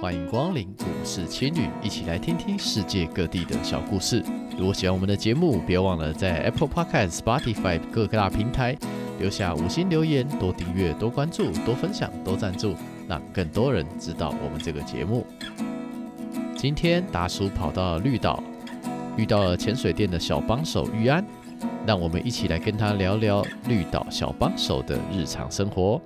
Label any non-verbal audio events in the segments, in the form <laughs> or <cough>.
欢迎光临故事青旅，一起来听听世界各地的小故事。如果喜欢我们的节目，别忘了在 Apple Podcast、Spotify 各大平台留下五星留言，多订阅、多关注、多分享、多赞助，让更多人知道我们这个节目。今天达叔跑到绿岛，遇到了潜水店的小帮手玉安，让我们一起来跟他聊聊绿岛小帮手的日常生活。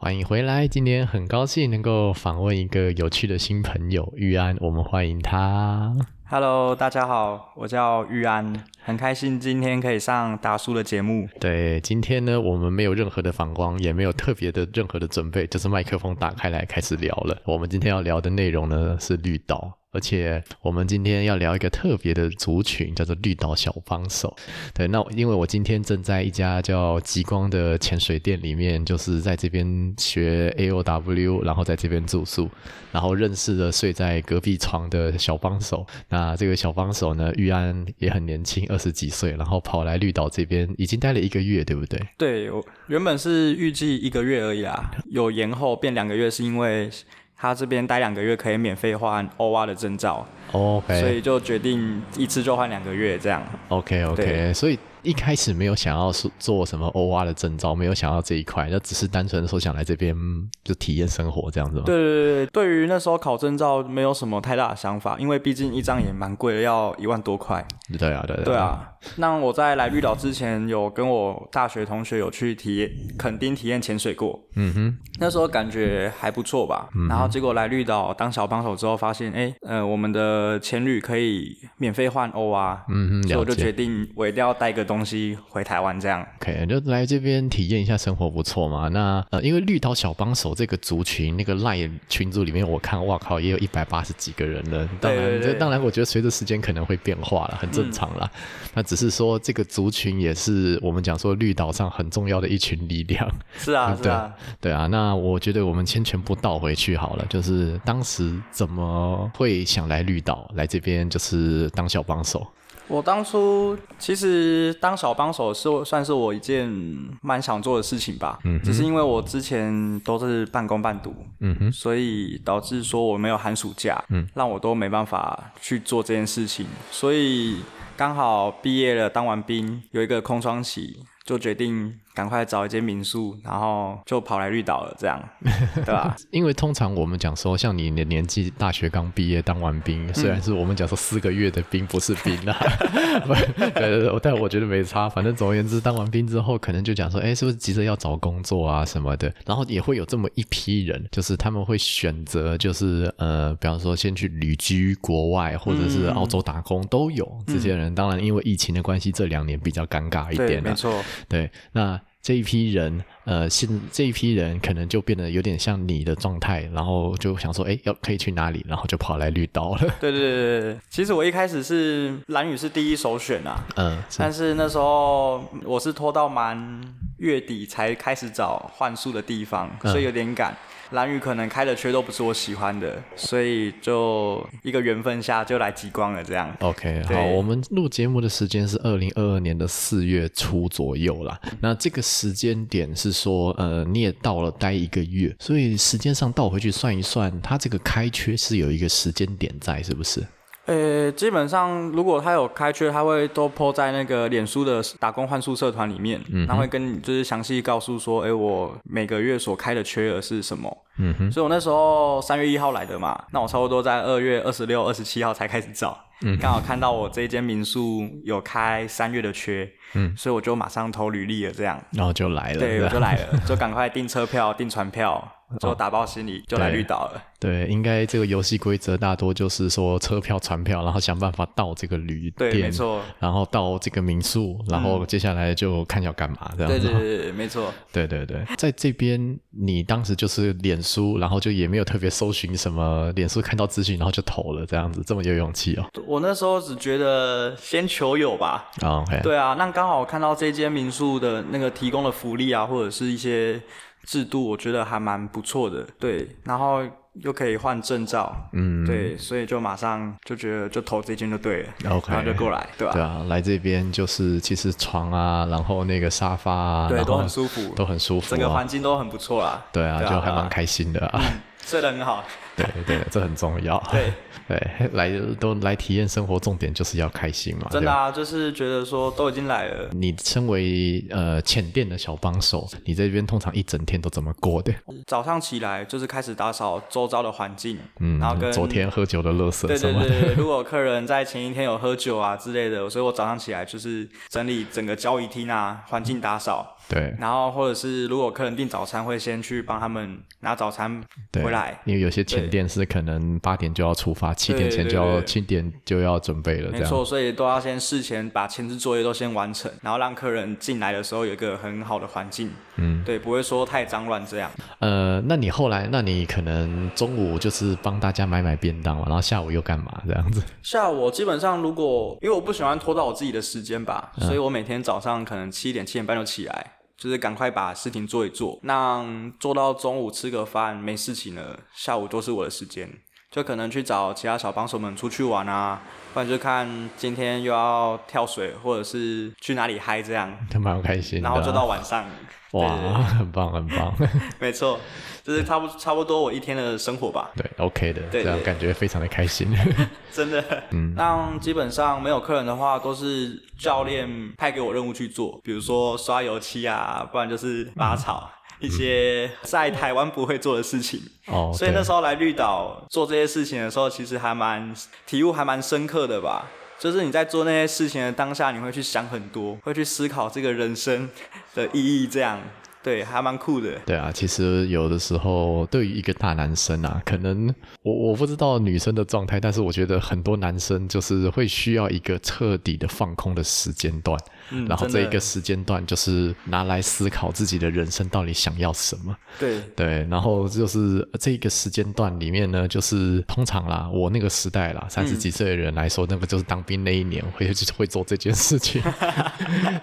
欢迎回来，今天很高兴能够访问一个有趣的新朋友玉安，我们欢迎他。 Hello，大家好，我叫玉安，很开心今天可以上达叔的节目。对，今天呢，我们没有任何的反光，也没有特别的任何的准备，就是麦克风打开来开始聊了。我们今天要聊的内容呢是绿岛，而且我们今天要聊一个特别的族群，叫做绿岛小帮手。对，那因为我今天正在一家叫极光的潜水店里面，就是在这边学 A O W，然后在这边住宿，然后认识了睡在隔壁床的小帮手。那这个小帮手呢，玉安也很年轻，二十几岁，然后跑来绿岛这边已经待了一个月，对不对？对我原本是预计一个月而已啦，有延后变两个月，是因为他这边待两个月可以免费换 OR 的证照， OK，所以就决定一次就换两个月这样。 OK OK，对所以一开始没有想要说做什么 OR 的证照，没有想要这一块，那只是单纯说想来这边嗯就体验生活这样子吗？对对对，对于那时候考证照没有什么太大的想法，因为毕竟一张也蛮贵的，要一万多块。对啊对啊对，啊，那我在来绿岛之前，有跟我大学同学有去体验垦丁体验潜水过，嗯哼，嗯那时候感觉还不错吧。然后结果来绿岛当小帮手之后，发现哎、诶呃，我们的潜旅可以免费换 O 啊，嗯哼，所以了我就决解。定我一定要带个东西回台湾这样。 OK，就来这边体验一下生活不错嘛。那呃，因为绿岛小帮手这个族群，那个赖群组里面，我看哇靠，也有一百八十几个人了。当然，对对对嗯这当然，我觉得随着时间可能会变化了，很正常啦。那只是说这个族群也是我们讲说绿岛上很重要的一群力量。 <laughs> 是啊，是啊，对啊，那我觉得我们先全部倒回去好了。就是当时怎么会想来绿岛，来这边就是当小帮手？我当初其实当小帮手是我算是我一件蛮想做的事情吧，嗯，只是因为我之前都是半工半读，嗯哼，所以导致说我没有寒暑假，嗯，让我都没办法去做这件事情，所以刚好毕业了，当完兵有一个空窗期，就决定赶快找一间民宿，然后就跑来绿岛了，这样，对吧？因为通常我们讲说，像你的年纪，大学刚毕业当完嗯兵，虽然是我们讲说四个月的兵不是兵 <laughs> 啊， <laughs> 对对对，但我觉得没差。反正总而言之，当完兵之后，可能就讲说，哎，是不是急着要找工作啊什么的？然后也会有这么一批人，就是他们会选择，就是呃，比方说先去旅居国外，或者是嗯澳洲打工都有。这些人当然因为疫情的关系，这两年比较尴 <laughs> 尬一对，点啊没。错，对，那这一批人，呃，现这一批人可能就变得有点像你的状态，然后就想说，哎，要可以去哪里，然后就跑来绿岛 <laughs> 了。对对对对对。其实我一开始是蓝宇是第一首选啊，嗯，是但是那时候我是拖到蛮月底才开始找换宿的地方，嗯所以有点赶。蓝宇可能开的缺都不是我喜欢的，所以就一个缘分下就来极光了这样。 OK，对好，我们录节目的时间是二零二二年的四月初左右啦。嗯那这个时间点是说，呃，你也到了待一个月，所以时间上倒回去算一算，它这个开缺是有一个时间点在，是不是？呃、基本上如果他有开缺，他会都 po 在那个脸书的打工换宿社团里面，嗯，他会跟你就是详细告诉说，哎、我每个月所开的缺额是什么。嗯哼，所以我那时候三月一号来的嘛，那我差不多在二月二十六、二十七号才开始找，刚好看到我这一间民宿有开三月的缺，嗯，所以我就马上投履历了，这样，然后就来了，对，吧我就来了，就赶快订车票、订船票，就打包行李就来绿岛了。对，应该这个游戏规则大多就是说车票、船票，然后想办法到这个旅对，没店，错，嗯然后到这个民宿，然后接下来就看要干嘛这样对子。对对对，没错。对对对，在这边你当时就是脸书，然后就也没有特别搜寻什么，脸书看到资讯然后就投了这样子，这么有勇气哦。我那时候只觉得先求有吧，啊 OK，对啊，那刚好看到这间民宿的那个提供的福利啊，或者是一些制度，我觉得还蛮不错的。对，然后又可以换证照，嗯，对，所以就马上就觉得就投这间就对了 OK 然后就过来，对吧、对啊，来这边就是其实床啊，然后那个沙发啊，对然都后很舒服都很舒服、啊，整个环境都很不错啦，对啊，就还蛮，心，开心的啊。睡得很好，对 <laughs> 对，这很重要。嗯 <laughs> 对，对，来都来体验生活，重点就是要开心嘛。真对的吧啊，就是觉得说都已经来了，你身为呃浅店的小帮手，你这边通常一整天都怎么过的？早上起来就是开始打扫周遭的环境，嗯 <laughs> 然后跟，昨天喝酒的乐色对什对么的， <laughs> 对，对如果客人在前一天有喝酒啊之类的，所以我早上起来就是整理整个交易厅啊，环境打扫，对然后或者是如果客人订早餐，会先去帮他们拿早餐对回来，因为有些浅店是可能八点就要出发，七点对前对就要对七点就要准备了，这没样。错，所以都要先事前把前置作业都先完成，然后让客人进来的时候有一个很好的环境，嗯，对，不会说太脏乱这样。呃，那你后来，那你可能中午就是帮大家买买便当嘛，然后下午又干嘛这样子？ <laughs> 下午我基本上如果因为我不喜欢拖到我自己的时间吧，所以我每天早上可能七点七点半就起来。就是赶快把事情做一做，那做到中午吃个饭没事情了，下午都是我的时间，就可能去找其他小帮手们出去玩啊，不然就看今天又要跳水或者是去哪里嗨这样，还蛮开心的然啊、后就到晚上。对哇， <laughs> 很棒很棒，没错，就是差不差不多我一天的生活吧，对，OK 的，对这样对感觉非常的开心。 <laughs> 真的。 <laughs> 那基本上没有客人的话，都是教练派给我任务去做，比如说刷油漆啊，不然就是拔草。一些在台湾不会做的事情，哦，所以那时候候来绿岛做这些事情的时候，其实还蛮体悟还蛮深刻的吧。就是你在做那些事情的当下，你会去想很多，会去思考这个人生的意义，这样对，还蛮酷的。对啊，其实有的时候对于一个大男生啊，可能我我不知道女生的状态，但是我觉得很多男生就是会需要一个彻底的放空的时间段，嗯然后真这的一个时间段就是拿来思考自己的人生到底想要什么。对，对，然后就是呃这个时间段里面呢，就是通常啦，我那个时代啦，三十几岁的人来说，那个就是当兵那一年会就会做这件事 <laughs> 情。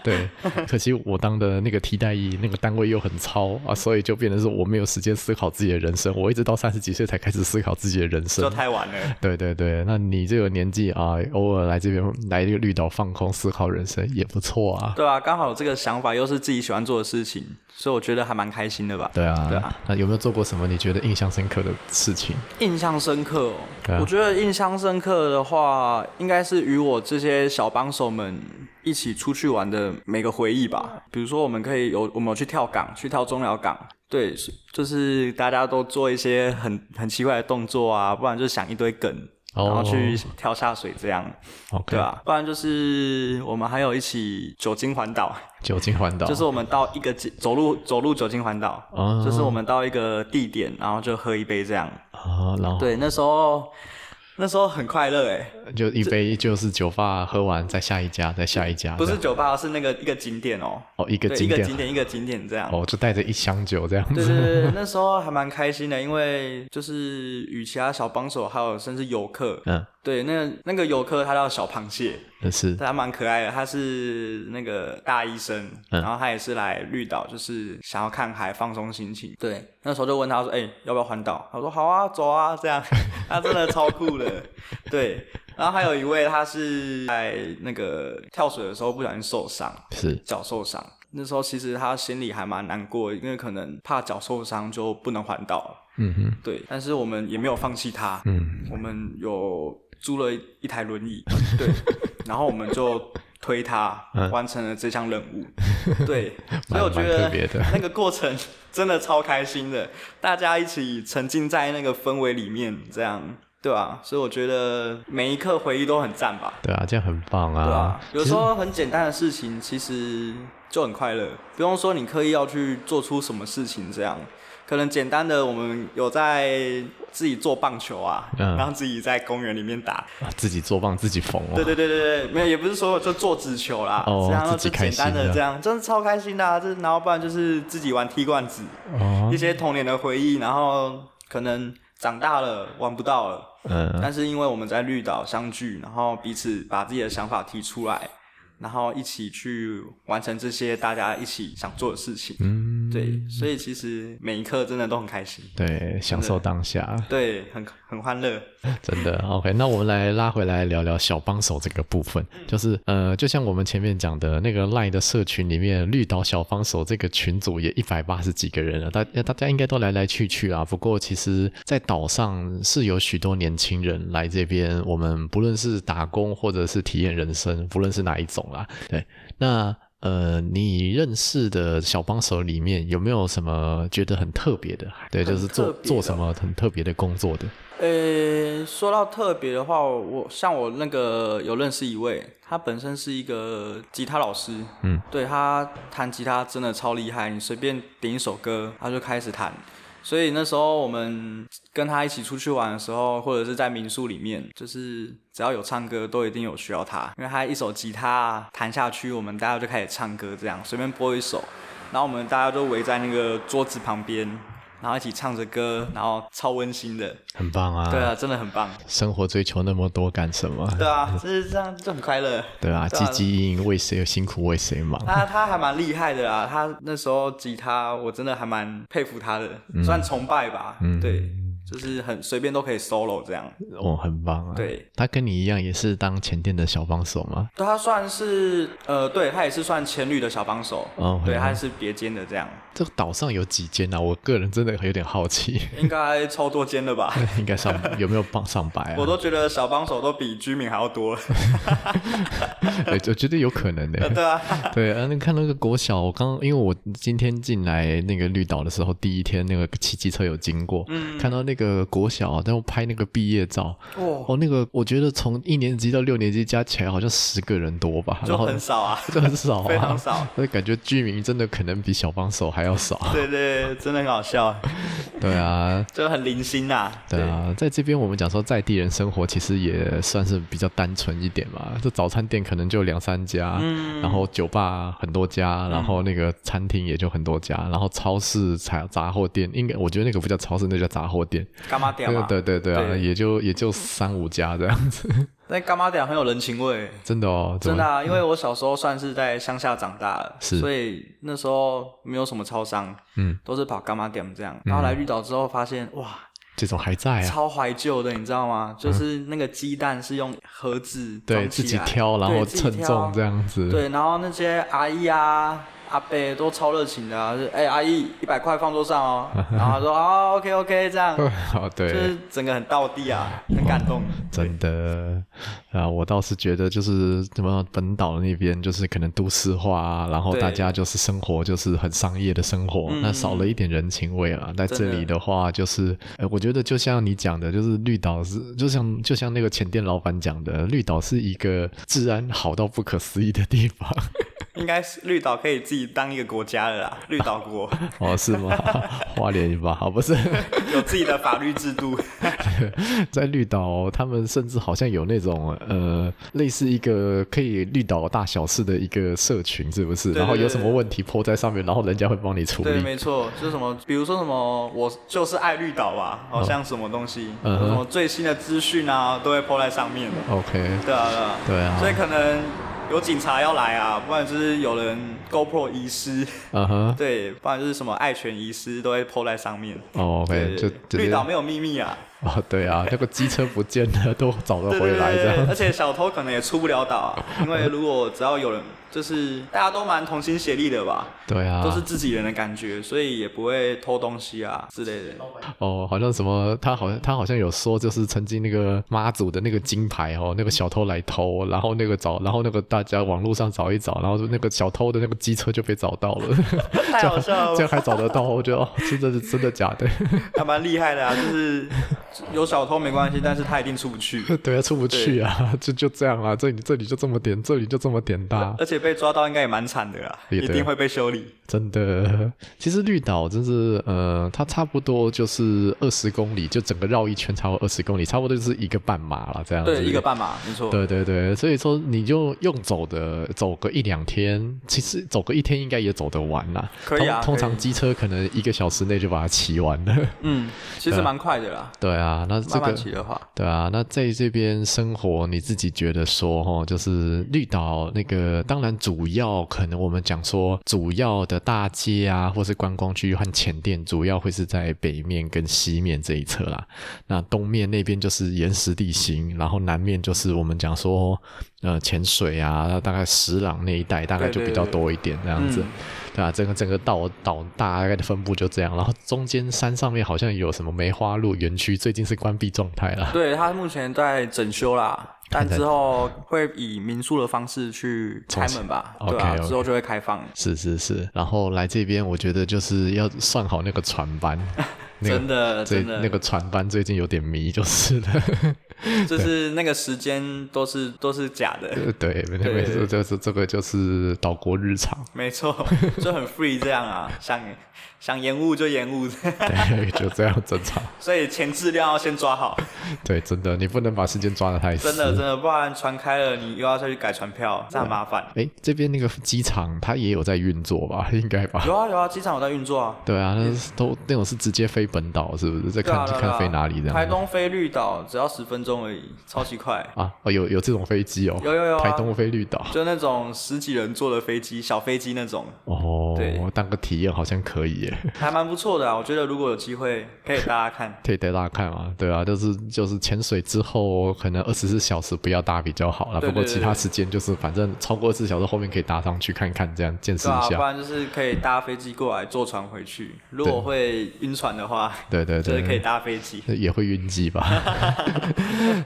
对，可惜我当的那个替代役那个单位又很糙啊，所以就变成是我没有时间思考自己的人生，我一直到三十几岁才开始思考自己的人就 <laughs> 生。太晚了。对对对，那你这个年纪啊，偶尔来这边来这个绿岛放空思考人生也不错啊。对啊，刚好有这个想法又是自己喜欢做的事情，所以我觉得还蛮开心的吧。对啊，对啊那有没有做过什么你觉得印象深刻的事情？印象深刻哦，对啊我觉得印象深刻的话，应该是与我这些小帮手们一起出去玩的每个回忆吧。比如说，我们可以有我们有去跳港，去跳中寮港，对，是就是大家都做一些很很奇怪的动作啊，不然就想一堆梗，哦然后去跳下水这样， OK，对吧、不然就是我们还有一起酒精环岛。酒精环岛就是我们到一个景走路走路酒精环岛，哦就是我们到一个地点，然后就喝一杯这样。啊，然后对，那时候那时候很快乐哎，就一杯就是酒吧喝完，再下一家，再下一家，不这是样酒吧，是那个一个景点哦、哦一个对，景一个点景点一个景点这样。哦，就带着一箱酒这样对子，对对，对那时候还蛮开心的，因为就是与其他小帮手还有甚至游客，嗯，对，那那个游客他叫小螃蟹，但是他蛮可爱的，他是那个大医生，然后他也是来绿岛，就是想要看海放松心情。对，那时候就问他说：“哎、要不要环岛？”他说：“好啊，走啊。”这样， <laughs> 他真的超酷的。对，然后还有一位他是在那个跳水的时候不小心受伤，是脚受伤。那时候其实他心里还蛮难过，因为可能怕脚受伤就不能环岛了。嗯哼，对，但是我们也没有放弃他，嗯，我们有租了一台轮 <laughs> 椅，对，然后我们就推他，完成了这项任 <laughs> 务，对，所以我觉嗯蛮蛮得特别的 <laughs> 那个过程真的超开心的，大家一起沉浸在那个氛围里面，这样对吧、所以我觉得每一刻回忆都很赞吧，对啊，这样很棒对吧、啊，有时候很简单的事情，其实就很快乐，不用说你刻意要去做出什么事情，这样可能简单的我们有在自己做棒球啊，嗯然后自己在公园里面打，啊自己做棒自己缝对哦，对对对对，没有也不是说就做纸球啦，哦这样自己就开简心单的的这样，真的超开心的、啊，这然后不然就是自己玩踢罐子，哦，一些童年的回忆，然后可能长大了玩不到了。嗯，但是因为我们在绿岛相聚，然后彼此把自己的想法提出来，然后一起去完成这些大家一起想做的事情。嗯，对，所以其实每一刻真的都很开心，对，享受当下，对，很很欢乐。真的。OK，那我们来拉回来聊聊小帮手这个部分，嗯就是呃，就像我们前面讲的那个 LINE 的社群里面，绿岛小帮手这个群组也一百八十几个人了，大呃大家应该都来来去去啊。不过其实，在岛上是有许多年轻人来这边，我们不论是打工或者是体验人生，不论是哪一种啦，对，那。呃，你认识的小帮手里面有没有什么觉得很特别的？对，就是做很特别的做什么很特别的工作的？呃，说到特别的话，我像我那个有认识一位，他本身是一个吉他老师，嗯，对他弹吉他真的超厉害，你随便点一首歌，他就开始弹。所以那时候我们跟他一起出去玩的时候，或者是在民宿里面，就是只要有唱歌，都一定有需要他，因为他一首吉他弹下去，我们大家就开始唱歌，这样随便播一首，然后我们大家都围在那个桌子旁边，然后一起唱着歌，然后超温馨的。很棒啊！对啊，真的很棒。生活追求那么多干什么？对啊，就是这样就很快乐。对啊，对啊汲啊汲营营，为谁辛苦为谁忙？他他还蛮厉害的啊，他那时候吉他我真的还蛮佩服他的，嗯算崇拜吧。对，就是很随便都可以 solo 这样。哦，很棒啊！对，他跟你一样也是当前店的小帮手吗？对他算是呃，对他也是算前女的小帮手，哦对很他是别间的这样，这个岛上有几间啊？我个人真的有点好奇， <laughs> 应该超多间的吧？应该上有没有帮上百啊我？都觉得小帮手都比居民还要多了。对，我觉得有可能的、 <laughs> 对啊，对啊，那看那个国小，我刚因为我今天进来那个绿岛的时候，第一天那个骑机车有经过，嗯看到那个国小，然后拍那个毕业照，哦，哦，那个我觉得从一年级到六年级加起来好像十个人多吧，就然后很少啊， <laughs> 这很少、啊，非常少。所以感觉居民真的可能比小帮手还要 <laughs> 少。对对，对真的很好笑，对啊，就很零星啊。对啊，在这边我们讲说在地人生活，其实也算是比较单纯一点嘛。这早餐店可能就两三家，嗯然后酒吧很多家，然后那个餐厅也就很多家，然后超市、杂杂货店，应该我觉得那个不叫超市，那叫杂货店。对，干妈店对嘛，对对对啊，对也就也就三五家这样子， <laughs> 那干妈店很有人情味。真的哦，怎真么的、啊，因为我小时候算是在乡下长大的，是所以那时候没有什么超商，嗯，都是跑干妈点这样。然后来绿岛之后，发现哇，这种还在啊？超怀旧的，你知道吗？就是那个鸡蛋是用盒子嗯对装起自己来挑，然对后自己称挑重这样子。对，然后那些阿姨啊、阿伯都超热情的、啊，就是哎、阿姨一百块放桌上 <laughs> 哦，然后他说啊 OK OK 这样， <laughs> 哦，就 <laughs> 对，是整个很道地啊，很感 <laughs> 动。真的啊，我倒是觉得就是怎么本岛那边就是可能都市化、啊，然后对嗯大家就是生活就是很商业的生活，那少了一点人情味了。在这真的里的话，就是呃，我觉得就像你讲的，就是绿岛是就像就像那个前店老板讲的，绿岛是一个治安好到不可思议的地方。 <laughs> 应该是绿岛可以自己当一个国家了啦，绿岛国哦，是吗？ <laughs> 花莲吧，哦好不是。有自己的法律制度。在绿岛，他们甚至好像有那种呃，类似一个可以绿岛大小事的一个社群，是不是？对然后对有什么对问题泼在上面，然后人家会帮你处对，理。没错，就是什么，比如说什么，我就是爱绿岛吧，好像什么东西，嗯哼有什么最新的资讯啊，都会 po 在上面。 OK，对啊，对啊，对啊所以可能有警察要来啊，不然就是有人 GoPro 遗失，嗯哼、对，不然就是什么爱犬遗失，都会 po 在上面。哦 o k 对，就直绿接岛啊、没有秘密啊，哦，对 <laughs> 啊，那个机车不见了，都找得对回对来对这对，样。而且小偷可能也出不了岛啊，因为如果只要有人，就是大家都蛮同心协力的吧，对啊，都是自己人的感觉，所以也不会偷东西啊之类的。哦，好像什么，他好像他好像有说，就是曾经那个妈祖的那个金牌哦，那个小偷来偷，然后那个找，然后那个大家网络上找一找，然后那个小偷的那个机车就被找到了，太好 <laughs> 笑了这样还找得到，我觉得哦，真的是真的 <laughs> 假的？还蛮厉害的啊，就是有小偷没关系，但是他一定出不 <laughs> 去，对啊，出不去啊，就就这样啊，这里这里就这么点，这里就这么点大，而且被抓到应该也蛮惨的啦，啊也对一定会被修理。真的。其实绿岛真是，呃，它差不多就是二十公里，就整个绕一圈超过二十公里，差不多就是一个半马了，这样子。对，一个半马，没错。啊对对对，所以说你就用走的，走个一两天，其实走个一天应该也走得完啦。可以啊通通可常以机车可能一个小时内就把它骑完了。 <laughs> 嗯，其实蛮快的啦。对啊，那这慢个慢骑的话，对啊，那在这边生活，你自己觉得说，哈，就是绿岛那个，当然主要可能我们讲说主要的大街啊，或是观光区和前店，主要会是在北面跟西面这一侧啦。那东面那边就是岩石地形，然后南面就是我们讲说，呃，潜水啊，那大概石朗那一带大概就比较多一点这样子。嗯对啊，整个整个岛岛大概的分布就这样，然后中间山上面好像有什么梅花鹿园区，最近是关闭状态了。对，它目前在整修啦，但在之后会以民宿的方式去开门吧，重新对啊，哦 OK，OK 之后就会开放。是是是，然后来这边，我觉得就是要算好那个船 <laughs> 班，那个真的，最真的，那个船班最近有点迷，就是 <laughs> 了。就是那个时间都是都是假的，呃对， <laughs> 没没对没对事，对就是这个就是岛国日常， <laughs> 没错， <laughs> 就很 free 这样啊，想想延误就延误，对，就这样正 <laughs> 常。所以前质量要先抓 <laughs> 好，对，真的，你不能把时间抓得太死。真的真的，不然船开了你又要再去改船票，这很麻烦。哎，这边那个机场它也有在运作吧？ <laughs> 应该吧？有啊有啊，机场有在运作啊。对啊，那是都那种是直接飞本岛，是不是？再对看、啊对啊对啊看飞哪里这台样。东飞绿岛只要十分钟而已，超级快。啊，哦，有有这种飞机哦，有有有啊台东飞绿岛就那种十几人坐的飞机，小飞机 <laughs> 那种，哦对，我当个体验好像可以耶。还蛮不错的啊。我觉得如果有机会，可以大家看。可以带大家看嘛，对啊，就是就是潜水之后可能二十四小时不要搭比较好了，对不过对对其他时间就是反正超过二十四小时后面可以搭上去看看，这样见识对啊，一不下。然就是可以搭飞机过来，坐船回去。如果会晕船的话，对对就是可以对，搭飞机。也会晕机 <laughs> 吧？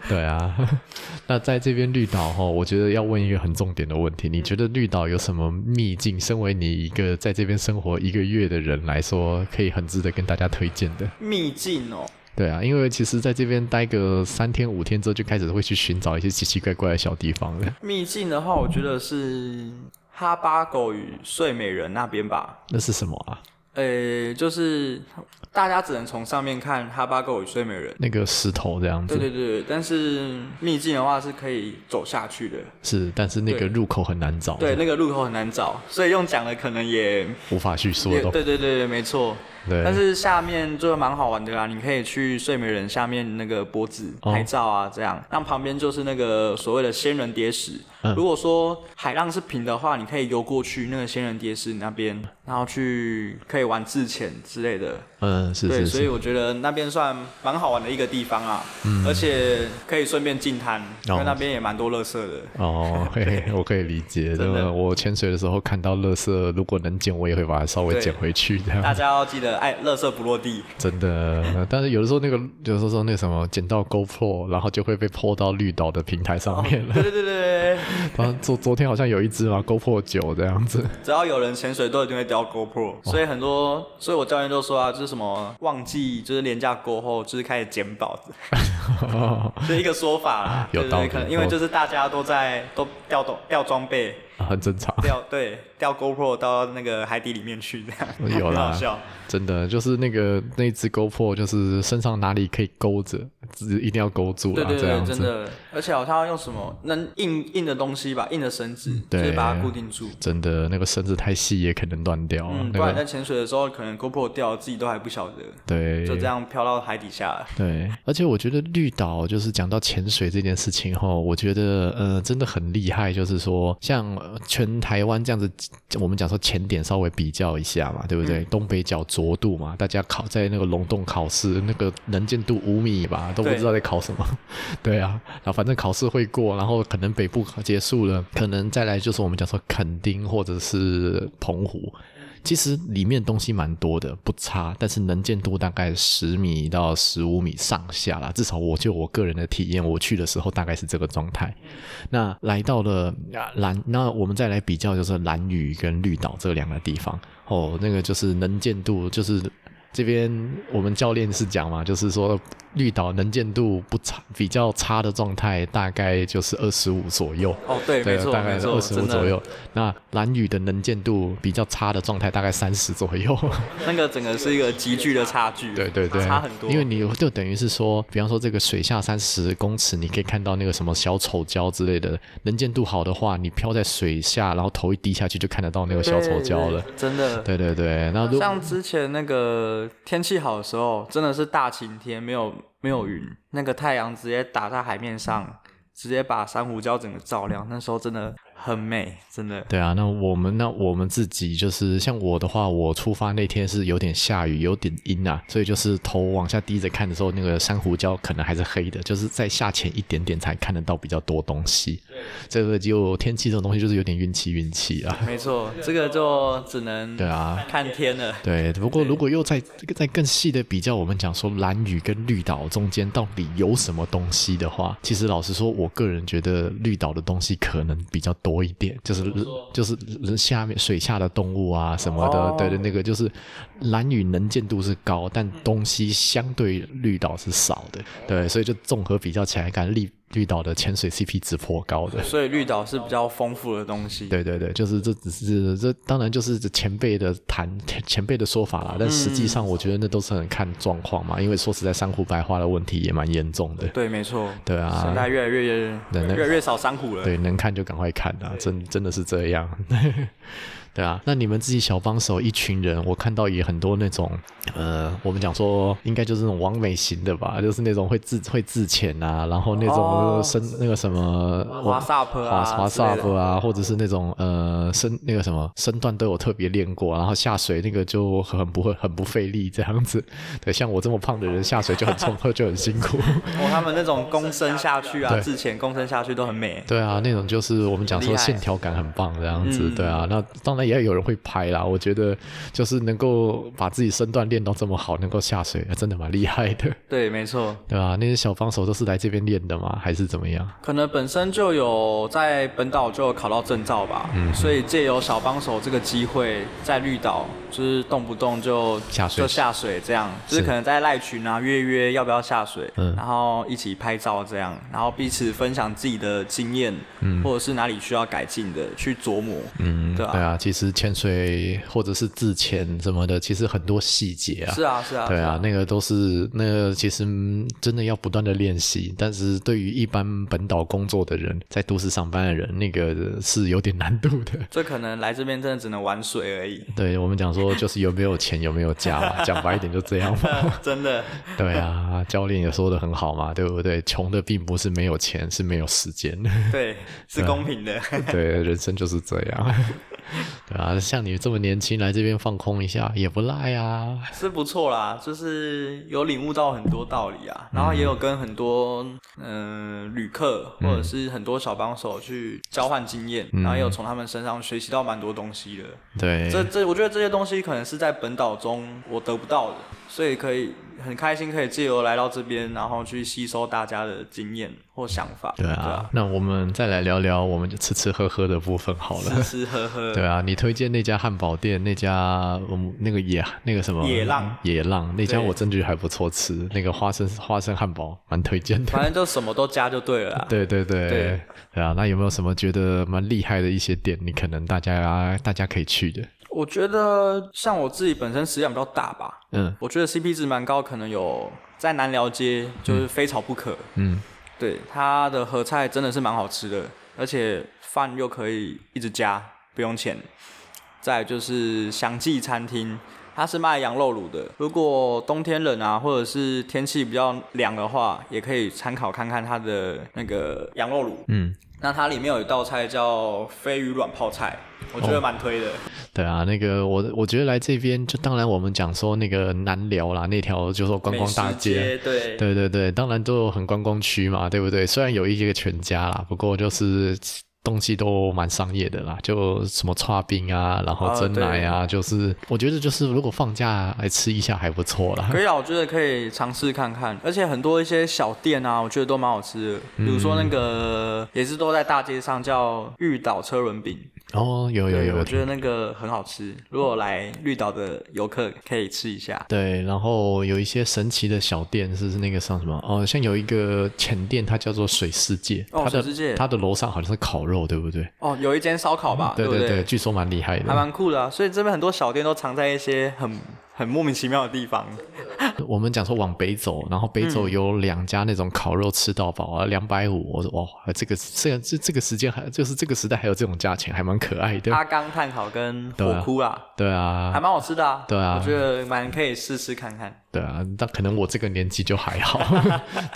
对啊。 <laughs> 那在这边绿岛哈，我觉得要问一个很重点的问题，你觉得绿岛有什么秘境？身为你一个在这边生活一个月的人来说，可以很值得跟大家推荐的。秘境哦，对啊，因为其实在这边待个三天五天之后，就开始会去寻找一些奇奇怪怪的小地方了。 <laughs> 秘境的话，我觉得是哈巴狗与睡美人那边吧。那是什么啊？呃、就是大家只能从上面看哈巴狗与睡美人。那个石头这样子。对对对，但是秘境的话是可以走下去的。是，但是那个对入口很难找，对，，那个路口很难找，所以用讲的可能也无法叙述也的东西。对对对对，没错。对，但是下面就蛮好玩的啦，你可以去睡美人下面那个脖子哦拍照啊，这样。那旁边就是那个所谓的仙人跌石。嗯如果说海浪是平的话，你可以游过去那个仙人跌石那边，然后去可以玩自潜之类的。嗯，是对，是所以是，我觉得那边算蛮好玩的一个地方啊，嗯而且可以顺便进滩，因为那边也蛮多乐色的。哦， <laughs> 嘿嘿，我可以理解。真的那么我潜水的时候看到垃圾，如果能捡，我也会把它稍微对捡回去，这大样家要记得，哎，乐色不落 <laughs> 地。真的。但是有的时候那个，有的时候那个什么，捡到 GoPro，然后就会被泼到绿岛的平台上面了。对对对对对，然哦后 <laughs> 昨昨天好像有一只嘛，GoPro 九这样子。只要有人潜水都一定会哦掉 GoPro，所以很多，所以我教练就说啊，就是什么旺季，就是廉价过后，就是开始捡 <laughs> 宝，这一个说法啦。有对道对理对，可能因为就是大家都在都掉东掉装备，啊很正常， <laughs> 掉对掉 GoPro 到那个海底里面去，这样有很啦好笑。真的就是那个那只 GoPro，就是身上哪里可以勾着，只一定要勾住对啦，对这对，样子真。的，而且好像要用什么能硬硬的东西吧，硬的绳子，就嗯对哦是把它固定住。真的，那个绳子太细也可能断掉啊。嗯，不那然你个在潜水的时候，可能 GoPro 掉了，自己都还不晓得，对，就这。样飘到海底下了。对，而且我觉得绿岛就是讲到潜水这件事情后，我觉得呃真的很厉害，就是说像呃全台湾这样子，我们讲说潜点稍微比较一下嘛，对不对？东北角浊度嘛，大家考在那个龙洞考试，那个能见度五米吧，都不对知道在考什么。 <laughs> 对啊，然后反正考试会过，然后可能北部考结束了，可能再来就是我们讲说垦丁或者是澎湖，其实里面东西蛮多的，不差，但是能见度大概十米到十五米上下啦。至少我就我个人的体验，我去的时候大概是这个状态。那来到了啊蓝，那我们再来比较就是蓝屿跟绿岛这两个地方哦，那个就是能见度就是。这边我们教练是讲嘛，就是说绿岛能见度不差，比较差的状态大概就是二十五左右。哦，对，没错，大概没错，二十真五的左右。那蓝雨的能见度比较差的状态大概三十左右。那个整个是一个急剧的差距，对对对，差很 <laughs> 多。因为你就等于是说，比方说这个水下三十公尺，你可以看到那个什么小丑礁之类的，能见度好的话，你漂在水下，然后头一低下去就看得到那个小丑礁了。对，对真的。对对对，那如像之前那个天气好的时候，真的是大晴天，没有没有云，那个太阳直接打在海面上，直接把珊瑚礁整个照亮，那时候真的很美，真的。对啊，那我们那我们自己就是像我的话，我出发那天是有点下雨，有点阴啊，所以就是头往下低着看的时候，那个珊瑚礁可能还是黑的，就是在下潜一点点才看得到比较多东西。这个就天气这种东西就是有点运气运气啊。没错，这个就只能对啊，看天了。对，不过如果又在在更细的比较，我们讲说蓝屿跟绿岛中间到底有什么东西的话，其实老实说，我个人觉得绿岛的东西可能比较多一点，就是就是下面水下的动物啊什么的，哦对对，那个就是蓝屿能见度是高，但东西相对绿岛是少的，对，所以就综合比较起来，感觉绿绿岛的潜水 CP 值颇高的。所以绿岛是比较丰富的东西。对对对，就是这只是这当然就是前辈的谈 <laughs> 前辈的说法啦，但实际上我觉得那都是很看状况嘛，因为说实在，珊瑚白化的问题也蛮严重的。对，没错。对啊现在越来越对那越来越少珊瑚了。对，能看就赶快看啊，真真的是这样。 <laughs> 对啊，那你们自己小帮手一群人，我看到也很多那种，呃，我们讲说应该就是那种完美型的吧，就是那种会自会自潜啊，然后那种哦呃深、那个什么滑 SUP 啊滑滑之类的 SUP 啊，或者是那种呃身那个什么身段都有特别练过，然后下水那个就很不会很不费力这样子。对，像我这么胖的人下水就很冲 <laughs> 就很辛苦。哦，他们那种躬身下去啊，对之前躬身下去都很美。对啊，那种就是我们讲厉说害线条感很棒这样子，嗯对啊。那当然也有人会拍啦，我觉得就是能够把自己身段练到这么好，能够下水，真的蛮厉害的，对，没错，对吧、那些小帮手都是来这边练的吗？还是怎么样？可能本身就有在本岛就有考到证照吧，嗯所以借由小帮手这个机会，在绿岛就是动不动就下水就下水这样，就是是可能在赖群啊约约要不要下水，嗯然后一起拍照这样，然后彼此分享自己的经验，或者是哪里需要改进的去琢磨，嗯，对啊对啊，其实潜水或者是自潜什么的，其实很多细节啊。是啊是啊，对是啊，，那个都是那个，其实嗯真的要不断的练习。但是对于一般本岛工作的人，在都市上班的人，那个是有点难度的。 <laughs> 这可能来这边真的只能玩水而已，对我们讲说，就是有没有钱，有没有家嘛，讲白一点就这样嘛。真的。对啊，教练也说的很好嘛，对不对？穷的并不是没有钱，是没有时间。 <laughs> 对，啊是公平的。对，人生就是这样。 <laughs> 对啊，像你这么年轻来这边放空一下也不赖啊。是不错啦，就是有领悟到很多道理啊，然后也有跟很多嗯、呃旅客或者是很多小帮手去交换经验，然后嗯也有从他们身上学习到蛮多东西的。对，这这，我觉得这些东西可能是在本岛中我得不到的，所以可以很开心可以借由来到这边，然后去吸收大家的经验或想法。对啊，那我们再来聊聊我们就吃吃喝喝的部分好对了 <laughs> 啊，。吃吃喝喝。对啊，你推荐那家汉堡店，那家嗯那个野那个什么野浪野浪那家对我真觉得还不错吃，那个花生 <laughs> 花生汉堡蛮推荐 <laughs> 的。反正就什么都加就对了啦。对对对对对啊！那有没有什么觉得蛮厉害的一些店，你可能大家大家可以去的？我觉得像我自己本身食量比较大吧，嗯我觉得 CP 值蛮高，可能有在南寮街就是非炒不可。嗯，对，它的合菜真的是蛮好吃的，而且饭又可以一直加，不用钱。再来就是祥记餐厅，它是卖羊肉卤的。如果冬天冷啊，或者是天气比较凉的话，也可以参考看看它的那个羊肉卤。嗯，那它里面有一道菜叫飞鱼卵泡菜，我觉哦得蛮推的。对啊，那个我我觉得来这边就当然我们讲说那个南寮啦，那条就说观光大美食街，对对对对，当然都有很观光区嘛，对不对？虽然有一些个全家啦，不过就是东西都蛮商业的啦，啊就什么刨冰啊，然后啊蒸奶啊，就是我觉得就是如果放假来吃一下还不错 <laughs> 啦。可以啊，我觉得可以尝试看看，而且很多一些小店啊，我觉得都蛮好吃的。比如说那个嗯也是都在大街上叫绿岛车轮饼，哦，有有对，有，我觉得那个很好吃。如果来绿岛的游客可以吃一下。对，然后有一些神奇的小店，是那个像什么哦，像有一个浅店，它叫做水世界，哦它的水世界它的楼上好像是烤肉，对不对？哦，有一间烧烤吧，对不啊对对，据说蛮厉害的。还蛮酷的啊、所以这边很多小店都藏在一些很很莫名其妙的地方。我们讲说往北走，然后北走嗯有两家那种烤肉吃到饱啊，两百五，我说哇，这个虽然这这个时间还就是这个时代还有这种价钱，还蛮可爱的。阿刚炭烤跟对火啊窟啦，对还啊，蛮好吃的啊。对啊我觉得蛮可以试试看看。对啊，但可能我这个年纪就还 <laughs> 好，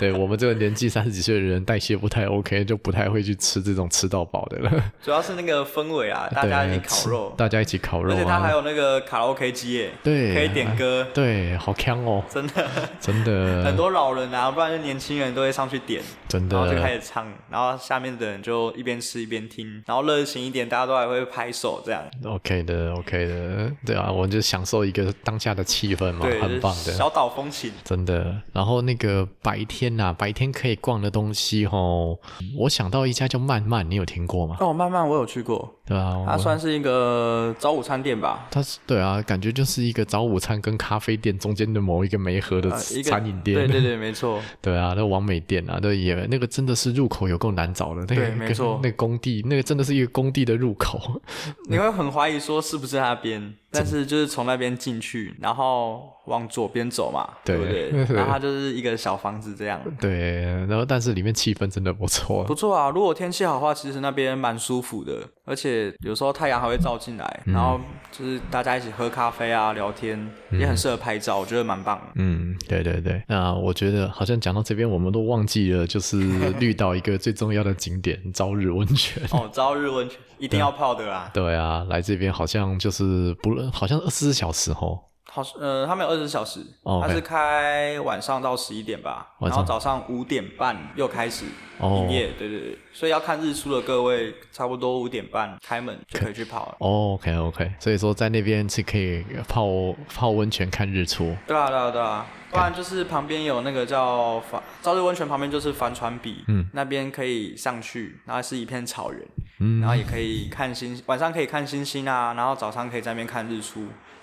对我们这个年纪三十几岁的人代谢不太 OK，就不太会去吃这种吃到饱的了。主要是那个氛围啊，大家一对起烤肉吃，大家一起烤肉而啊，且它还有那个卡拉 OK 机耶，对可以点歌，对，好香哦，真的。真的， <laughs> 很多老人啊，不然就年轻人都会上去点，真然后就的开始唱，然后下面的人就一边吃一边听，然后热情一点，大家都还会拍手这样， OK 的，OK 的，对啊，我们就享受一个当下的气氛嘛，对，很棒就是的，小岛风情。真的。然后那个白天呐、白天可以逛的东西吼，我想到一家叫慢慢，你有听过吗？哦，慢慢我有去过，对啊，它我算是一个早午餐店吧，它是对啊，感觉就是一个早午餐跟咖啡店中间的某一个梅河的呃，一个餐饮店，对对对，没 <laughs> 错，对啊，那王美店啊，对也那个真的是入口有够难找的，那个对没错那个工地那个真的是一个工地的入口， <laughs> 你会很怀疑说是不是那边，但是就是从那边进去，然后往左边走嘛，对 <laughs> 不对？然后它就是一个小房子这样，对，然后但是里面气氛真的不错，不错啊。如果天气好的话，其实那边蛮舒服的，而且有时候太阳还会照进来，嗯然后就是大家一起喝咖啡啊，聊天，也很适合拍照，我觉得蛮棒的。嗯，对对对，那我觉得好像讲到这边，我们都忘记了，就是 <laughs> 绿岛一个最重要的景点——朝日温泉。哦，朝日温泉一定要泡的啦。对啊，来这边好像就是不论，好像二十四小时吼。好，呃，他们有二十小时，哦它 OK 是开晚上到十一点吧，晚然上后早上五点半又开始哦营业，对对对，所以要看日出的各位，差不多五点半开门就可以去泡了。哦 OK OK，所以说在那边是可以泡泡温泉看日出。对啊，对啊，对啊，不然就是旁边有那个叫帆朝日温泉，旁边就是帆船比，嗯，那边可以上去，然后是一片草原，嗯，然后也可以看星，晚上可以看星星啊，然后早上可以在那边看日出，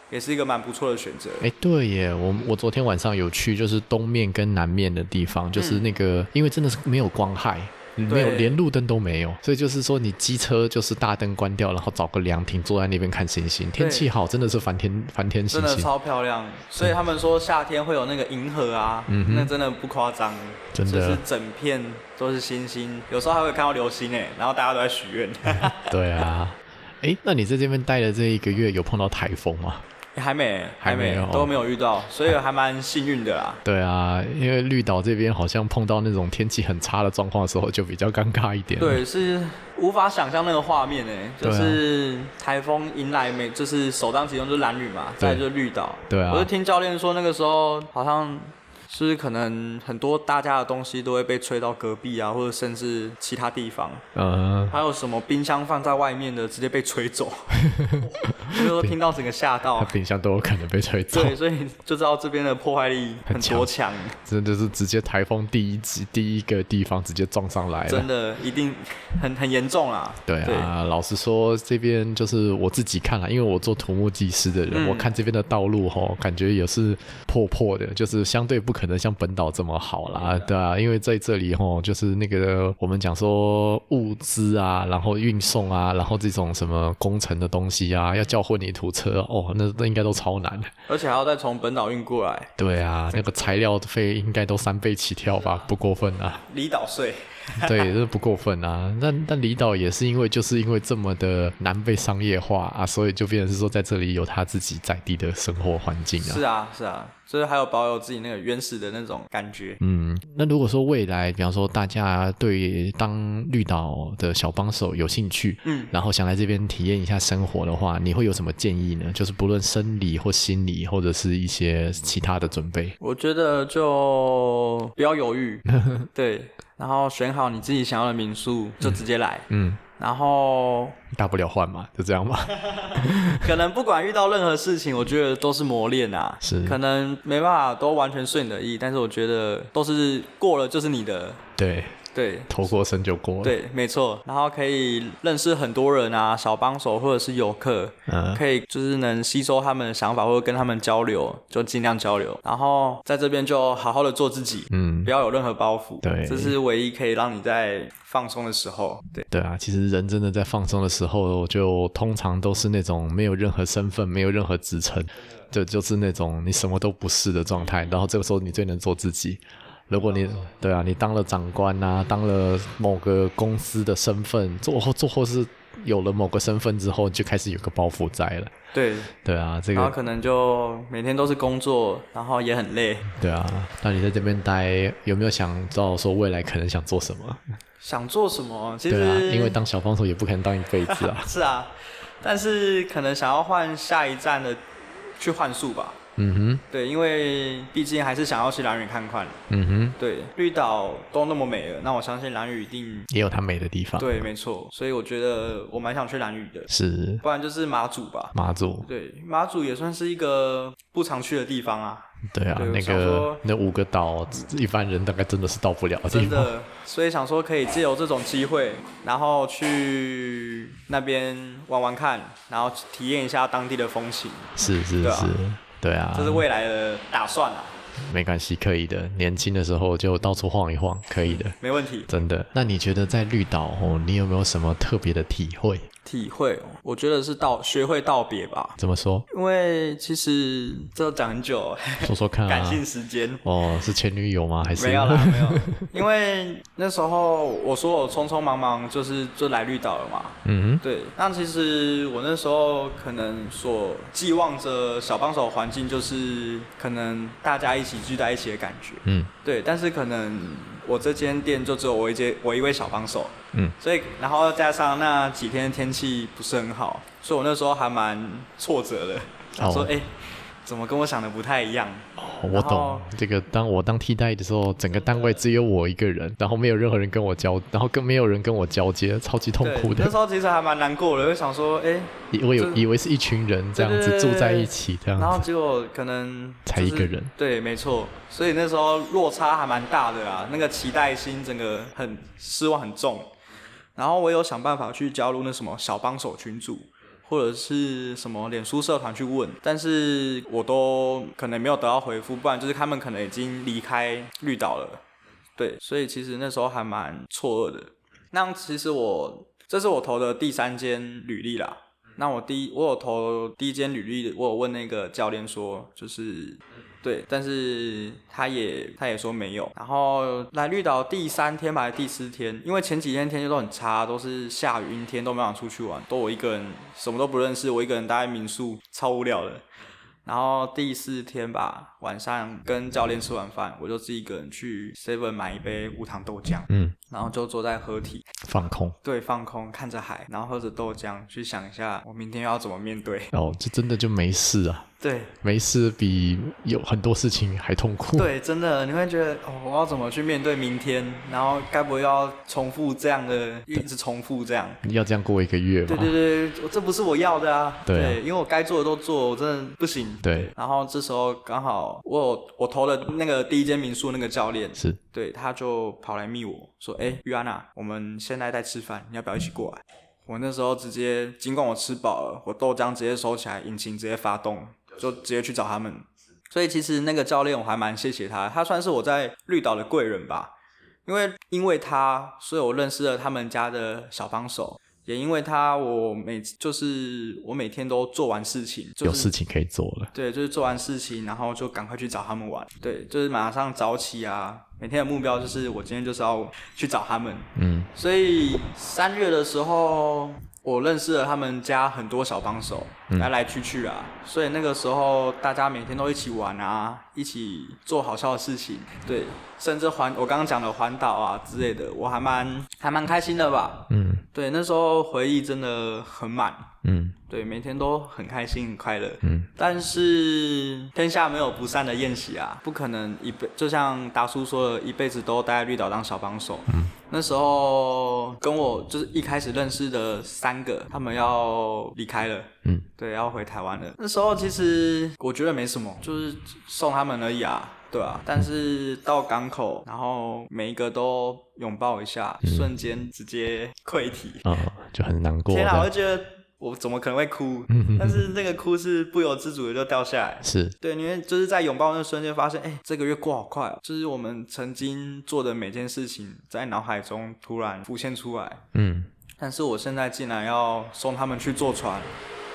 也是一个蛮不错的选择。哎，对耶，我我昨天晚上有去，就是东面跟南面的地方，就是那个，因为真的是没有光害。没有，嗯对连路灯都没有，所以就是说，你机车就是大灯关掉，然后找个凉亭坐在那边看星星。天气好，真的是翻天翻天星真的星，超漂亮，所以他们说夏天会有那个银河啊，那真的不夸张，嗯真的就是整片都是星星，有时候还会看到流星哎，然后大家都在许 <laughs> 愿，哎对啊，哎，那你在这边待的这一个月有碰到台风吗？还没还没哦没有都没有遇到，所以还蛮幸运的啦。对啊，因为绿岛这边好像碰到那种天气很差的状况的时候，就比较尴尬一点。，对，是无法想象那个画面哎，对啊就是台风迎来没，就是首当其冲就是蓝雨嘛，对再来就是绿岛。对啊我就听教练说那个时候好像。是可能很多大家的东西都会被吹到隔壁啊，或者甚至其他地方。嗯、还有什么冰箱放在外面的，直接被 <laughs> 吹走，所以说听到整个吓它到。冰箱都有可能被吹走，对，所以就知道这边的破坏力很多强，真的是直接台风第一集第一个地方直接撞上来了真。的一定很很严重啦。哎对啊，老实说，这边就是我自己看了，因为我做土木技师的人，我看这边的道路吼，感觉也是破破的，就是相对不可能像本岛这么好啦，对啊，因为在这里吼，就是那个我们讲说物资啊，然后运送啊，然后这种什么工程的东西啊，要叫混凝土车哦，那那应该都超难。而且还要再从本岛运过来，对啊，那个材料费应该都三倍起跳吧，不过分啊。离岛税。 <laughs> 对，这不过分啊。但但离岛也是因为就是因为这么的难被商业化啊，所以就变成是说在这里有他自己在地的生活环境啊是。啊，是啊，就是还有保有自己那个原始的那种感觉。嗯，那如果说未来，比方说大家对当绿岛的小帮手有兴趣，嗯，然后想来这边体验一下生活的话，你会有什么建议呢？就是不论生理或心理，或者是一些其他的准备。我觉得就不要犹 <laughs> 豫，对，然后选好你自己想要的民宿就直接来，嗯，然后大不了换嘛， <laughs> 就这样吧。可能不管遇到任何事情，我觉得都是磨练啊。是可能没办法都完全顺你的意，但是我觉得都是过了就是你的，对，对。头过身就过了。，对，没错。然后可以认识很多人啊，小帮手或者是游客，嗯可以就是能吸收他们的想法，或者跟他们交流，就尽量交流。然后在这边就好好的做自己，嗯不，要有任何包袱。对这是唯一可以让你在放松的时候。对，对啊，其实人真的在放松的时候，就通常都是那种没有任何身份、没有任何职称，就就是那种你什么都不是的状态，然后这个时候你最能做自己。如果你嗯对啊，你当了长官啊，当了某个公司的身份，做后做后是有了某个身份之后，你就开始有个包袱在了。对，对啊，这然后个可能就每天都是工作，然后也很累。对啊。那你在这边待，有没有想到说未来可能想做什么？想做什么？其实。对啊，因为当小帮手也不可能当一辈子啊 <laughs> 是啊，但是可能想要换下一站的去换宿吧。嗯对，因为毕竟还是想要去蓝屿看看。哼，嗯哼，对，绿岛都那么美了，那我相信蓝屿一定也有它美的地方。，对，没错。所以我觉得我蛮想去蓝屿的，是不然就是马祖吧。马祖。对，马祖也算是一个不常去的地方啊，对啊，对我那想个说那五个岛，一般人大概真的是到不了的地真方。的。所以想说可以借由这种机会，然后去那边玩玩看，然后体验一下当地的风情， <laughs> 是是对是啊，对啊这，是未来的打算啊，没关系，可以的。年轻的时候就到处晃一晃，可以的，没问题。真的。那你觉得在绿岛哦，你有没有什么特别的体会？体会哦，我觉得是道学会道别吧，怎么 <laughs> 说？因为其实这要讲很久， <laughs> 说说看感啊。性时间。哦，是前女友吗？还是没 <laughs> 有啦，没有，因为那时候我说我匆匆忙忙就是就来绿岛了嘛，嗯哼，对，那其实我那时候可能所寄望着小帮手环境就是可能大家一起聚在一起的感觉，嗯对，但是可能我这间店就只有我一间我一位小帮手，嗯，所以然后加上那几天天气不是很好，所以我那时候还蛮挫折的，想说哦哎、诶怎么跟我想的不太一样？哦我懂这个。当我当替代的时候，整个单位只有我一个人，然后没有任何人跟我交，然后更没有人跟我交接，超级痛对苦，那的时。候其实还蛮难过的，就想说哎、诶以我有这以为是一群人这样子对对对住在对一起，这然后样子结果可能、就才是、一个人，对，没错，所以那时候落差还蛮大的啊，那个期待心整个很失望很重。然后我有想办法去加入那什么小帮手群组，或者是什么脸书社团去问，但是我都可能没有得到回复，不然就是他们可能已经离开绿岛了。对，所以其实那时候还蛮错愕的。那其实我这是我投的第三间履历啦。那我第一我有投第一间履历，我有问那个教练说，就是对，但是他也他也说没有。然后来绿岛第三天吧，还是第四天，因为前几天天气都很差，都是下雨阴天，都没想出去玩，都我一个人什么都不认识，我一个人待在民宿，超无聊的。然后第四天吧，晚上跟教练吃完饭，我就自己一个人去 Seven 买一杯无糖豆浆，嗯，然后就坐在合体，放空。对，放空看着海，然后喝着豆浆，去想一下我明天要怎么面对。哦，就真的就没事啊，对没事比有很多事情还痛 <laughs> 苦。对，真的，你会觉得哦，我要怎么去面对明天？然后该不会要重复这样的，一直重复这样？你 <laughs> 要这样过一个月对嘛？对对，我这不是我要的啊。对啊因为我该做的都做，我真的不行。对然后这时候刚好我有我投了那个第一间民宿那个教练，是对，他就跑来密我说：“哎、于安娜，我们现在在吃饭，你要不要一起过来？”我那时候直接，尽管我吃饱了，我豆浆直接收起来，引擎直接发动，就直接去找他们。所以其实那个教练我还蛮谢谢他，他算是我在绿岛的贵人吧，因为因为他，所以我认识了他们家的小帮手，也因为他，我每就是我每天都做完事情，就有是事情可以做了。对，就是做完事情，然后就赶快去找他们玩。对，就是马上早起啊，每天的目标就是我今天就是要去找他们。嗯，所以三月的时候，我认识了他们家很多小帮手，来来去去啊。所以那个时候大家每天都一起玩啊，一起做好笑的事情。对，甚至环我刚刚讲的环岛啊之类的，我还蛮还蛮开心的吧。嗯对，那时候回忆真的很满。嗯，对，每天都很开心、很快乐。嗯，但是天下没有不散的宴席啊，不可能一辈，就像达叔说的，一辈子都待在绿岛当小帮手。嗯，那时候跟我就是一开始认识的三个，他们要离开了。嗯，对，要回台湾了。那时候其实我觉得没什么，就是送他们而已啊。对啊，但是到港口，然后每一个都拥抱一下，嗯瞬间直接溃体。啊、就很难过天啊，我就的。觉得我怎么可能会嗯哭？ <laughs> 但是那个哭是不由自主的就掉下来。是，对，因为就是在拥抱那瞬间发现，哎、这个月过好快、哦，就是我们曾经做的每件事情在脑海中突然浮现出来。嗯，但是我现在竟然要送他们去坐船，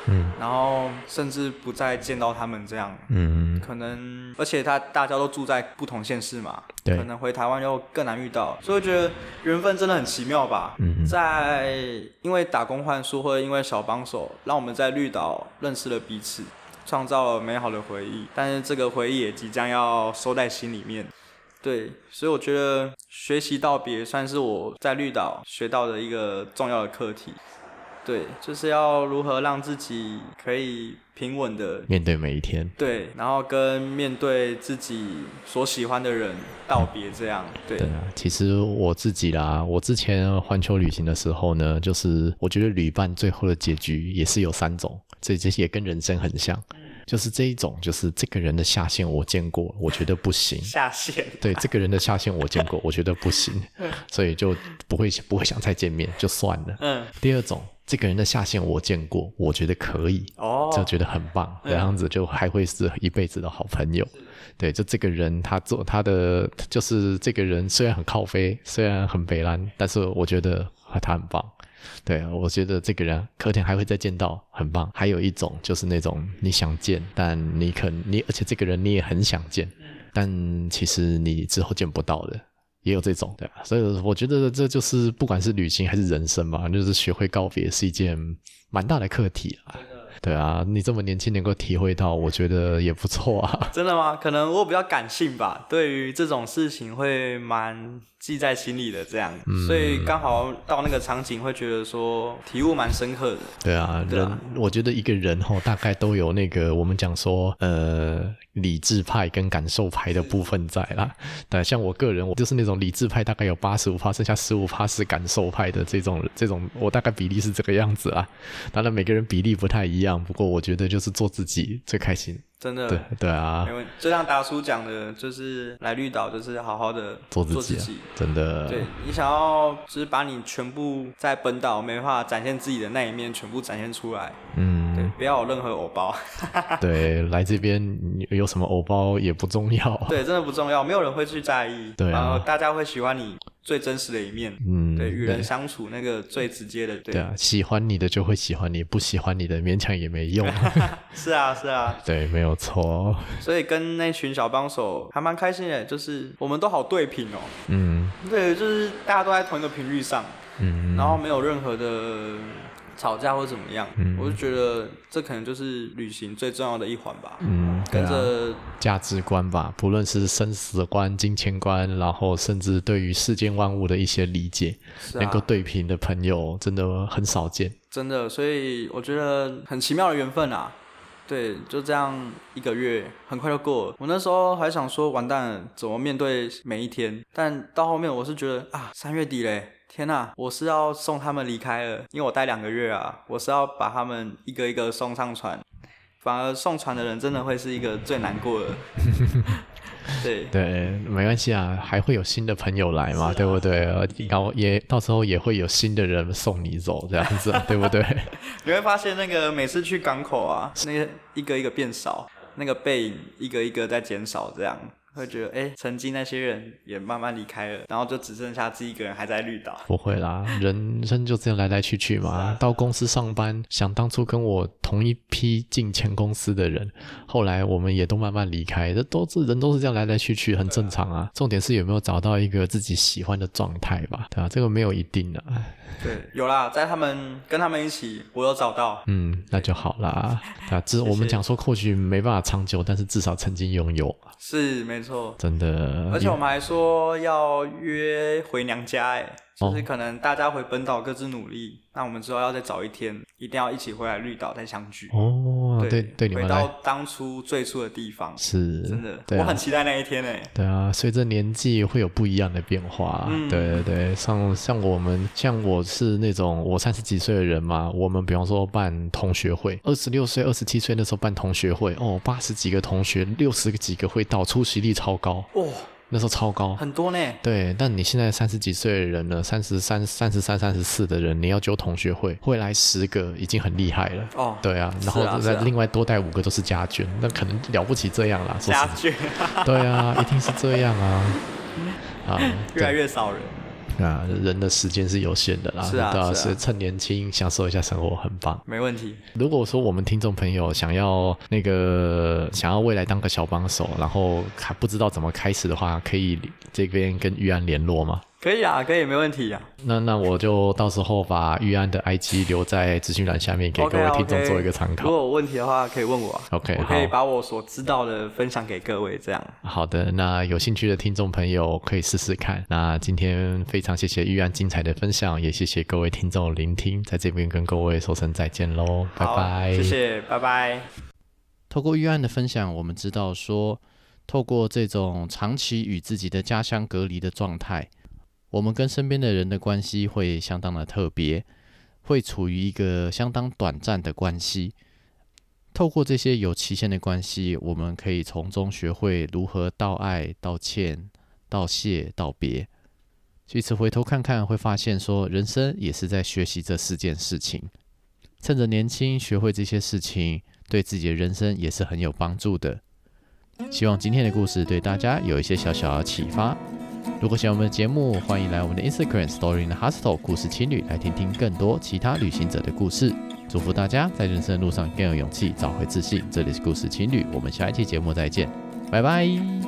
嗯然后甚至不再见到他们这样。嗯，可能，而且他大家都住在不同县市嘛，对可能回台湾又更难遇到，所以我觉得缘分真的很奇妙吧。嗯在因为打工换宿或者因为小帮手，让我们在绿岛认识了彼此，创造了美好的回忆，但是这个回忆也即将要收在心里面。对，所以我觉得学习道别算是我在绿岛学到的一个重要的课题。对，就是要如何让自己可以平稳的面对每一天，对，然后跟面对自己所喜欢的人道别，这样对。对啊，其实我自己啦，我之前环球旅行的时候呢，就是我觉得旅伴最后的结局也是有三种，这这也跟人生很像，就是这一种就是这个人的下限我见过，我觉得不行下线。对这个人的下限我见过，我觉得不行，所以就不会不会想再见面，就算了。嗯，第二种，这个人的下限我见过，我觉得可以，哦，就觉得很棒，这样子就还会是一辈子的好朋友。对，就这个人，他做他的就是这个人，虽然很靠飞，虽然很北兰，但是我觉得他很棒。对，我觉得这个人可能还会再见到，很棒。还有一种就是那种你想见，但你可你而且这个人你也很想见，但其实你之后见不到的，也有这种对吧？所以我觉得这就是不管是旅行还是人生嘛，就是学会告别是一件蛮大的课题啊。对啊，你这么年轻能够体会到，我觉得也不错啊。真的吗？可能我比较感性吧，对于这种事情会蛮记在心里的，这样，嗯所以刚好到那个场景会觉得说体悟蛮深刻的。 <laughs> 对啊，对啊人我觉得一个人吼，大概都有那个我们讲说呃理智派跟感受派的部分在啦。对，像我个人，我就是那种理智派，大概有八十五趴，剩下十五趴是感受派的这种这种，我大概比例是这个样子啊。当然每个人比例不太一样，不过我觉得就是做自己最开心。真的，对对啊没，问题。就像达叔讲的，就是来绿岛就是好好的做自自己啊真的。对你想要就是把你全部在本岛没办法展现自己的那一面全部展现出来，嗯，不要有任何偶包。 <laughs> 对，来这边你有什么偶包也不重要。对，真的不重要，没有人会去在意。对啊然后大家会喜欢你最真实的一面。嗯，对，与人相处那个最直接的，对，对啊，喜欢你的就会喜欢你，不喜欢你的勉强也没用。 <laughs> 是啊，是啊，对，没有错。所以跟那群小帮手还蛮开心的，就是我们都好对频哦，嗯对，就是大家都在同一个频率上，嗯然后没有任何的吵架或怎么样，嗯我就觉得这可能就是旅行最重要的一环吧，嗯，对跟啊着价值观吧，不论是生死观、金钱观，然后甚至对于世间万物的一些理解，是能够啊，对平的朋友真的很少见。真的，所以我觉得很奇妙的缘分啊。对，就这样一个月很快就过了。我那时候还想说，完蛋了，怎么面对每一天？但到后面我是觉得啊，三月底嘞，天呐、我是要送他们离开了，因为我待两个月啊，我是要把他们一个一个送上船。反而送船的人真的会是一个最难过的。对，对，没关系啊，还会有新的朋友来啊嘛，对不对？呃然后也到时候也会有新的人送你走，这样子啊，对不对？你会发现那个每次去港口啊，那些一个一个变少，那个背影一个一个在减少，这样会觉得哎、诶曾经那些人也慢慢离开了，然后就只剩下自己一个人还在绿岛。不会啦，人生就这样来来去去嘛。啊到公司上班，想当初跟我同一批进前公司的人，后来我们也都慢慢离开，这都是人都是这样来来去去，很正常啊。重点是有没有找到一个自己喜欢的状态吧，对吧、啊这个没有一定的、对，有啦，在他们跟他们一起，我有找到。嗯，那就好啦。 <laughs> 啊，至我们讲说或许没办法长久，但是至少曾经拥有，是没错。真的。而且我们还说要约回娘家、诶哎，哦就是可能大家回本岛各自努力，那我们之后要再找一天，一定要一起回来绿岛再相聚。哦，对对，你回们到来当初最初的地方，是真的，对我啊很。期待那一天诶、对啊，随着年纪会有不一样的变化。嗯对对对，像像我们，像我是那种我三十几岁的人嘛，我们比方说办同学会，二十六岁、二十七岁那时候办同学会，哦，八十几个同学，六十几个会到，出席率超高，哇、那时候超高。哦很多呢。对，但你现在三十几岁的人了，三十三、三十三、三十四的人，你要揪同学会，会来十个已经很厉害了。哦，对啊，然是啊后是再啊另外多带五个都是家眷，那可能了不起这样啦。说实家眷对啊，一定是这样啊。啊，越来对越少人。啊，人的时间是有限的啦，是啊对啊，是啊是趁年轻享受一下生活，很棒。没问题。如果说我们听众朋友想要那个想要未来当个小帮手，然后还不知道怎么开始的话，可以这边跟玉安联络吗？可以啊，可以，没问题啊。那那我就到时候把玉安的 IG 留在资讯栏下面，给各 OK 位啊听众 OK 做一个参如考。果有问题的话，可以问我啊。 OK，我可以好把我所知道的分享给各位，这样。好的，那有兴趣的听众朋友可以试试看。那今天非常谢谢玉安精彩的分享，也谢谢各位听众的聆听，在这边跟各位说声再见喽，拜好拜。谢谢，拜拜。透过预案的分享，我们知道说，透过这种长期与自己的家乡隔离的状态，我们跟身边的人的关系会相当的特别，会处于一个相当短暂的关系。透过这些有期限的关系，我们可以从中学会如何道爱、道歉、道谢、道别。这次回头看看，会发现说，人生也是在学习这四件事情。趁着年轻，学会这些事情，对自己的人生也是很有帮助的。希望今天的故事对大家有一些小小的启发。如果喜欢我们的节目，欢迎来我们的 Instagram Story in the Hostel 故事情侣来听听更多其他旅行者的故事。祝福大家在人生的路上更有勇气，找回自信。这里是故事情侣，我们下一期节目再见，拜拜。